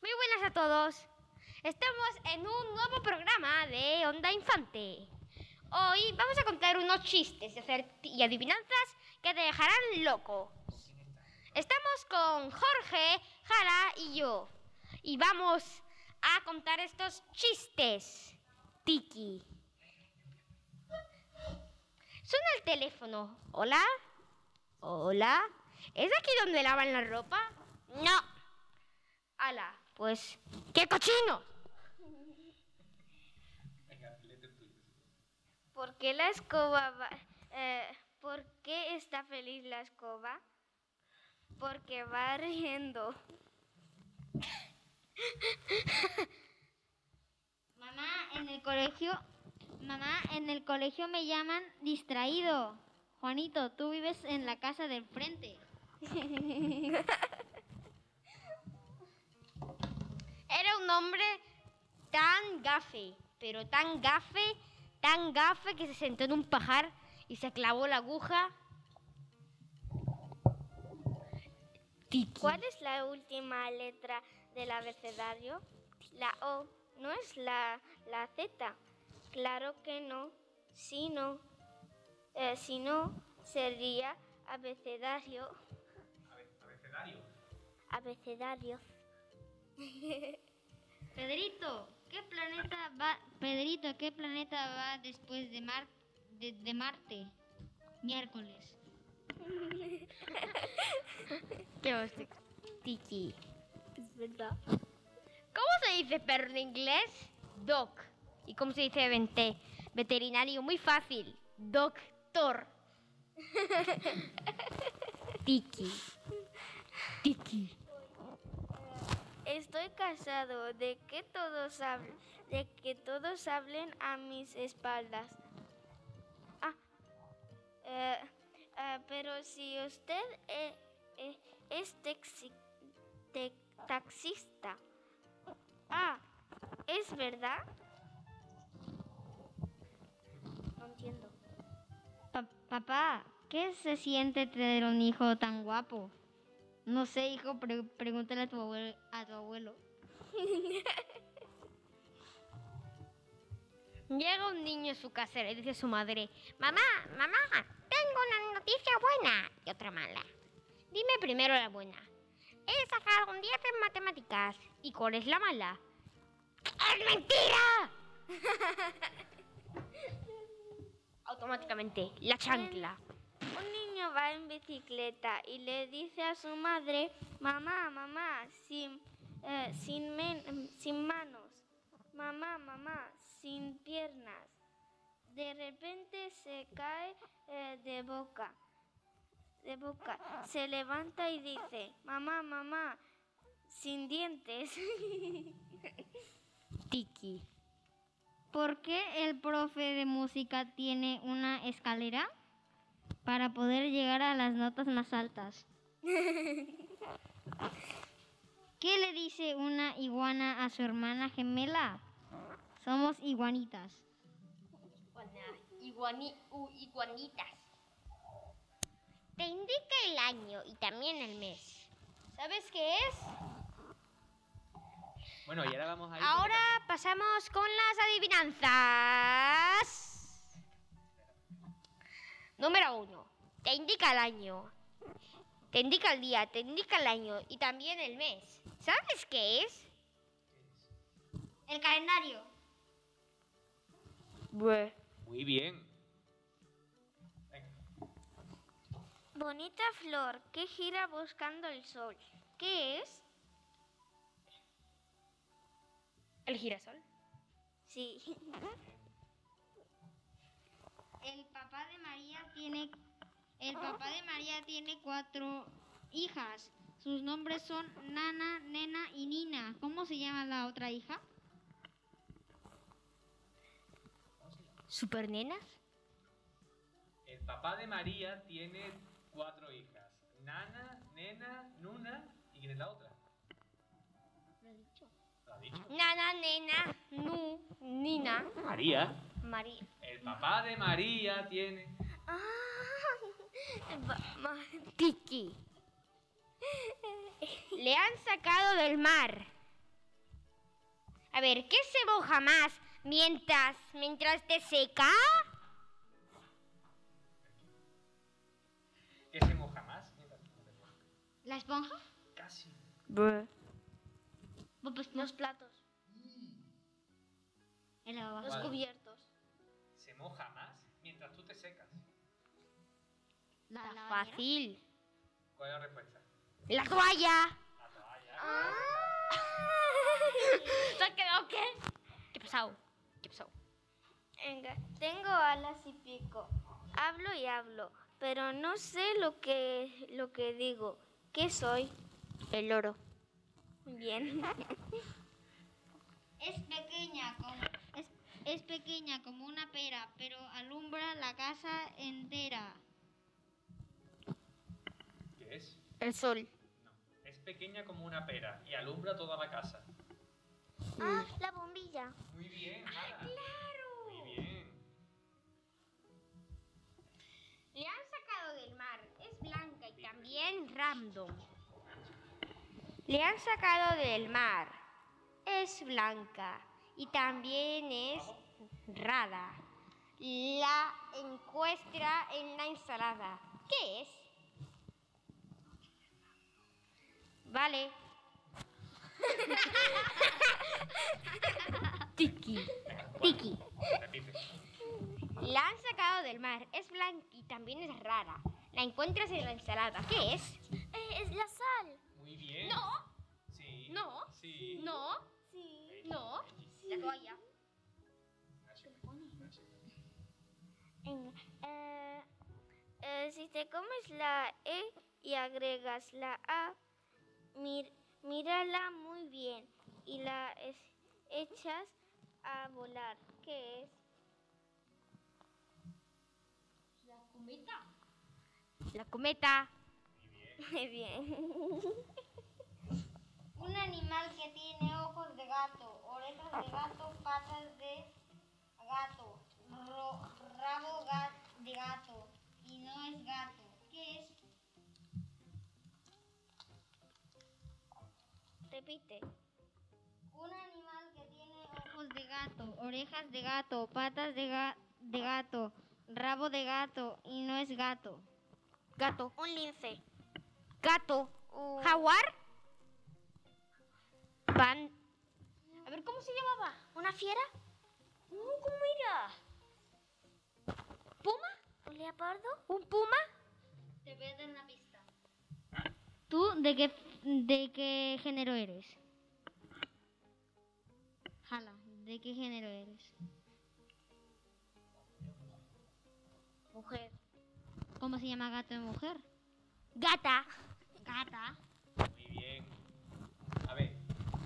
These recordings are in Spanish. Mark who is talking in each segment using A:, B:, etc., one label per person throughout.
A: Muy buenas a todos. Estamos en un nuevo programa de Onda Infante. Hoy vamos a contar unos chistes y acert- y adivinanzas que te dejarán loco. Estamos con Jorge, Jara y yo. Y vamos a contar estos chistes. Tiki. Suena el teléfono. Hola. Hola. ¿Es aquí donde lavan la ropa? No. Ala, pues, ¡qué cochino!
B: ¿Por qué la escoba va- eh, ¿Por qué está feliz la escoba? Porque va riendo.
C: Mamá, en el colegio, mamá, en el colegio me llaman distraído. Juanito, tú vives en la casa del frente.
A: Era un hombre tan gafe, pero tan gafe, tan gafe que se sentó en un pajar y se clavó la aguja. Tiki.
B: ¿Cuál es la última letra del abecedario? La O. ¿No es la, la Z? Claro que no. Si no, eh, si no, sería abecedario. ¿Abecedario? Abecedario.
C: Pedrito, ¿qué planeta va, Pedrito, ¿qué planeta va después de Mar, de, de Marte? Miércoles.
A: ¿Qué hostia? Tiki.
B: Es verdad.
A: ¿Cómo se dice perro en inglés? Doc. ¿Y cómo se dice vente? Veterinario, muy fácil. Doctor. Tiki. Tiki.
B: Estoy casado de que todos hablen, de que todos hablen a mis espaldas. Ah, eh, ah, pero si usted eh, eh, es texi- te- taxista. Ah, ¿es verdad? No entiendo.
C: Pa- papá, ¿qué se siente tener un hijo tan guapo? No sé, hijo, pre- pregúntale a tu abue- a tu abuelo.
A: Llega un niño a su casa y le dice a su madre, mamá, mamá, tengo una noticia buena y otra mala. Dime primero la buena. He sacado un 10 en matemáticas. ¿Y cuál es la mala? ¡Es mentira! Automáticamente, la chancla.
B: Un niño va en bicicleta y le dice a su madre, mamá, mamá, sin, eh, sin, men- sin manos, mamá, mamá, sin piernas. De repente se cae eh, de boca, de boca. Se levanta y dice, mamá, mamá, sin dientes.
A: Tiki.
C: ¿Por qué el profe de música tiene una escalera? Para poder llegar a las notas más altas. ¿Qué le dice una iguana a su hermana gemela? Somos iguanitas.
A: iguanitas. Te indica el año y también el mes. ¿Sabes qué es?
D: Bueno, y ahora vamos a ir.
A: Ahora pasamos con las adivinanzas. Número uno. Te indica el año. Te indica el día, te indica el año y también el mes. ¿Sabes qué es?
C: El calendario.
D: Muy bien.
B: Bonita flor que gira buscando el sol. ¿Qué es?
A: El girasol.
B: Sí.
C: El papá de María tiene el papá de María tiene cuatro hijas. Sus nombres son Nana, Nena y Nina. ¿Cómo se llama la otra hija?
A: ¿Super nenas?
D: El papá de María tiene cuatro hijas. Nana, Nena, Nuna y ¿quién es la otra? Lo ha dicho. Lo ha dicho.
A: Nana, nena, nu, nina,
D: María.
A: María.
D: El papá de María tiene...
A: Tiki. Le han sacado del mar. A ver, ¿qué se moja más mientras, mientras te seca?
D: ¿Qué se moja más? Mira,
C: ¿La esponja?
D: Casi.
C: Bob Esponja.
B: Pues, Los platos,
C: El lavabo.
B: los
D: Vale.
B: cubiertos.
D: Se moja más mientras tú te secas.
C: La
A: Está
C: lavadera.
A: Fácil.
D: ¿Cuál es la respuesta?
A: La toalla.
D: La toalla.
B: Ah.
A: ¿Te has quedado qué? ¿Qué pasado? ¿Qué pasado?
B: Venga, tengo alas y pico. Hablo y hablo, pero no sé lo que, lo que digo. ¿Qué soy? El oro. Bien.
C: Es pequeña como es, es pequeña como una pera, pero alumbra la casa entera.
D: ¿Qué es?
A: El sol.
D: No. Es pequeña como una pera y alumbra toda la casa.
B: Ah, la bombilla.
D: Muy bien, Mara. ¡Claro! Muy bien.
A: Le han sacado del mar. Es blanca y también random. Le han sacado del mar. Es blanca y también es rara. La encuestra en la ensalada. ¿Qué es? Vale. Tiki. Tiki.
D: Repite.
A: La han sacado del mar. Es blanca y también es rara. La encuentras en la ensalada. ¿Qué es?
B: Eh, es la sal.
D: Muy bien.
A: No,
D: Sí.
A: No.
D: Sí.
A: no,
B: Sí.
A: no. La toalla.
B: eh, si te comes la E y agregas la A, mir- mírala muy bien y la es- echas a volar. ¿Qué es?
A: La cometa.
B: Muy bien.
C: Un animal que tiene ojos de gato, orejas de gato, patas de gato, ro- rabo ga- de gato y no es gato. ¿Qué es?
B: Repite.
C: Un animal que tiene ojos de gato, orejas de gato, patas de, ga- de gato, rabo de gato y no es gato.
A: Gato.
B: Un lince.
A: Gato.
B: Un-
A: Jaguar. Pan. A ver, ¿cómo se llamaba?
B: ¿Una fiera?
A: No, ¿cómo era? ¿Puma?
B: ¿Un leopardo?
A: ¿Un puma?
C: Te voy a dar una pista. ¿Tú de qué, de qué género eres? Jala, ¿de qué género eres?
B: Mujer.
C: ¿Cómo se llama gato de mujer?
A: Gata.
C: Gata.
D: Muy bien. A ver,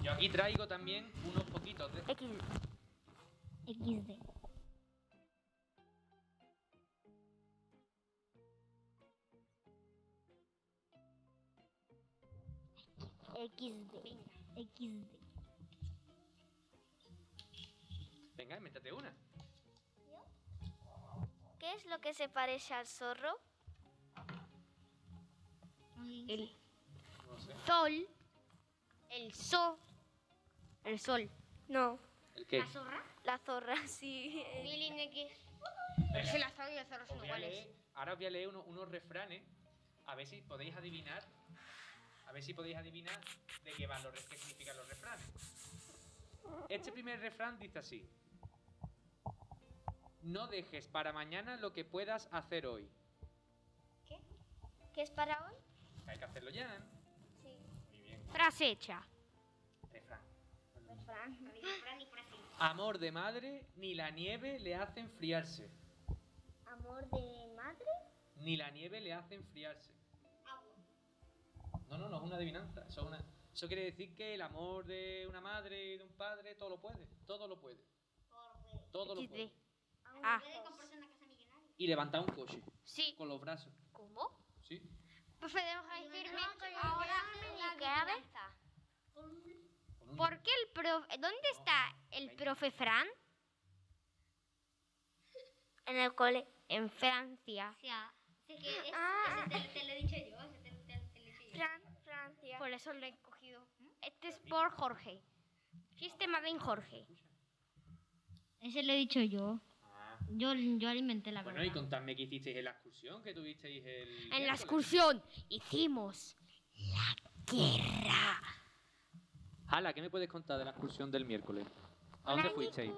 D: yo aquí traigo también unos poquitos de...
C: XD. XD. XD.
D: Venga, invéntate una.
B: ¿Qué es lo que se parece al zorro?
A: El
D: No sé.
A: sol. El sol. El sol.
B: No.
D: ¿El qué?
A: zorra?
B: La zorra, sí.
D: Venga,
A: Se la zorra y la zorra
D: os
A: son
D: voy a
A: iguales.
D: leer- ahora os voy a leer uno- unos refranes. A ver si podéis adivinar. A ver si podéis adivinar de qué van los re- qué significan los refranes. Este primer refrán dice así. No dejes para mañana lo que puedas hacer hoy.
B: ¿Qué es para hoy?
D: Que Hay que hacerlo ya. ¿no?
B: Sí.
D: Muy bien.
A: Frase hecha.
D: Refrán. Amor de madre, ni la nieve le hace enfriarse.
B: ¿Amor de madre?
D: Ni la nieve le hace enfriarse. No, no, no es una adivinanza. Eso, es una- eso quiere decir que el amor de una madre y de un padre, todo lo puede. Todo lo puede. Todo lo
A: XD.
D: puede.
A: Ah,
C: Puede comprarse una casa millonaria.
D: Y levantar un coche
A: sí.
D: con los brazos.
A: ¿Cómo?
D: ¿Sí?
A: Profe, deja decirme.
C: ahora
A: Ahora
C: hace
A: me
C: una
A: grave.
D: Con un-
A: ¿Por qué el profe... ¿Dónde está el profe Fran?
B: En el cole.
A: En Francia.
C: O sea, sé que es-
B: Ah.
C: ese te, te lo he dicho yo. ese te, te- te lo he dicho yo.
B: Fran, Francia.
A: Por eso lo he cogido. Este es por Jorge. Sistema de Jorge.
E: Ese lo he dicho yo.
D: Ah.
E: Yo, yo alimenté la
D: Bueno, y
E: verdad.
D: contadme qué hicisteis en la excursión que tuvisteis el.
A: En la
D: miércoles.
A: excursión hicimos la guerra.
D: Hala, ¿qué me puedes contar de la excursión del miércoles? ¿A dónde fuisteis?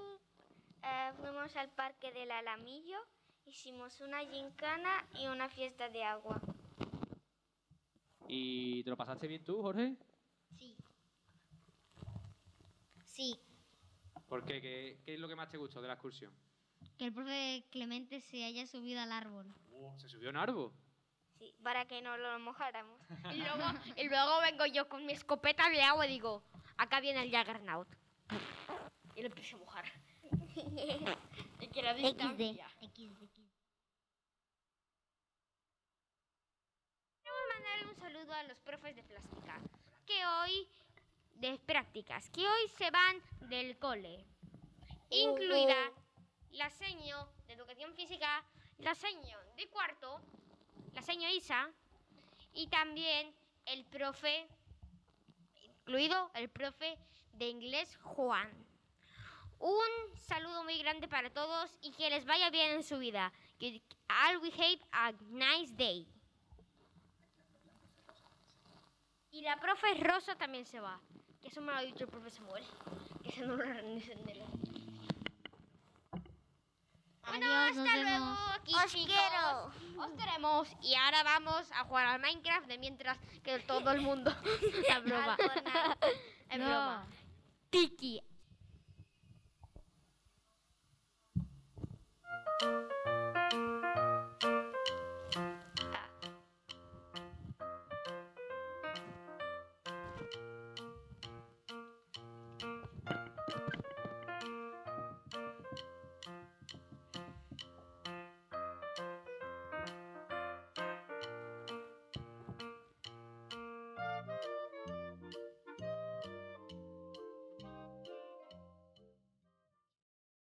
B: Eh, fuimos al parque del Alamillo, hicimos una gincana y una fiesta de agua.
D: ¿Y te lo pasaste bien tú, Jorge?
C: Sí. Sí.
D: ¿Por qué? ¿Qué, qué es lo que más te gustó de la excursión?
E: Que el profe Clemente se haya subido al árbol.
D: ¿Se subió a un árbol?
B: Sí, para que no lo mojáramos.
A: Y luego, y luego vengo yo con mi escopeta de agua y digo, acá viene el Jaggernaut. Y lo empiezo a mojar. y que la
E: XD.
A: distancia.
E: XD.
A: mandarle un saludo a los profes de plástica que hoy de prácticas que hoy se van del cole incluida la seño de educación física la seño de cuarto la seño Isa y también el profe incluido el profe de inglés Juan un saludo muy grande para todos y que les vaya bien en su vida que all we have a nice day y la profe Rosa también se va. Que eso me lo ha dicho el profe Samuel. Que se no lo realicen de lejos. Bueno,
E: Adiós, nos
A: hasta
E: vemos.
A: luego. aquí, chicos. Os queremos. Y ahora vamos a jugar al Minecraft de mientras que todo el mundo. es broma. es
E: No.
A: broma. Tiki.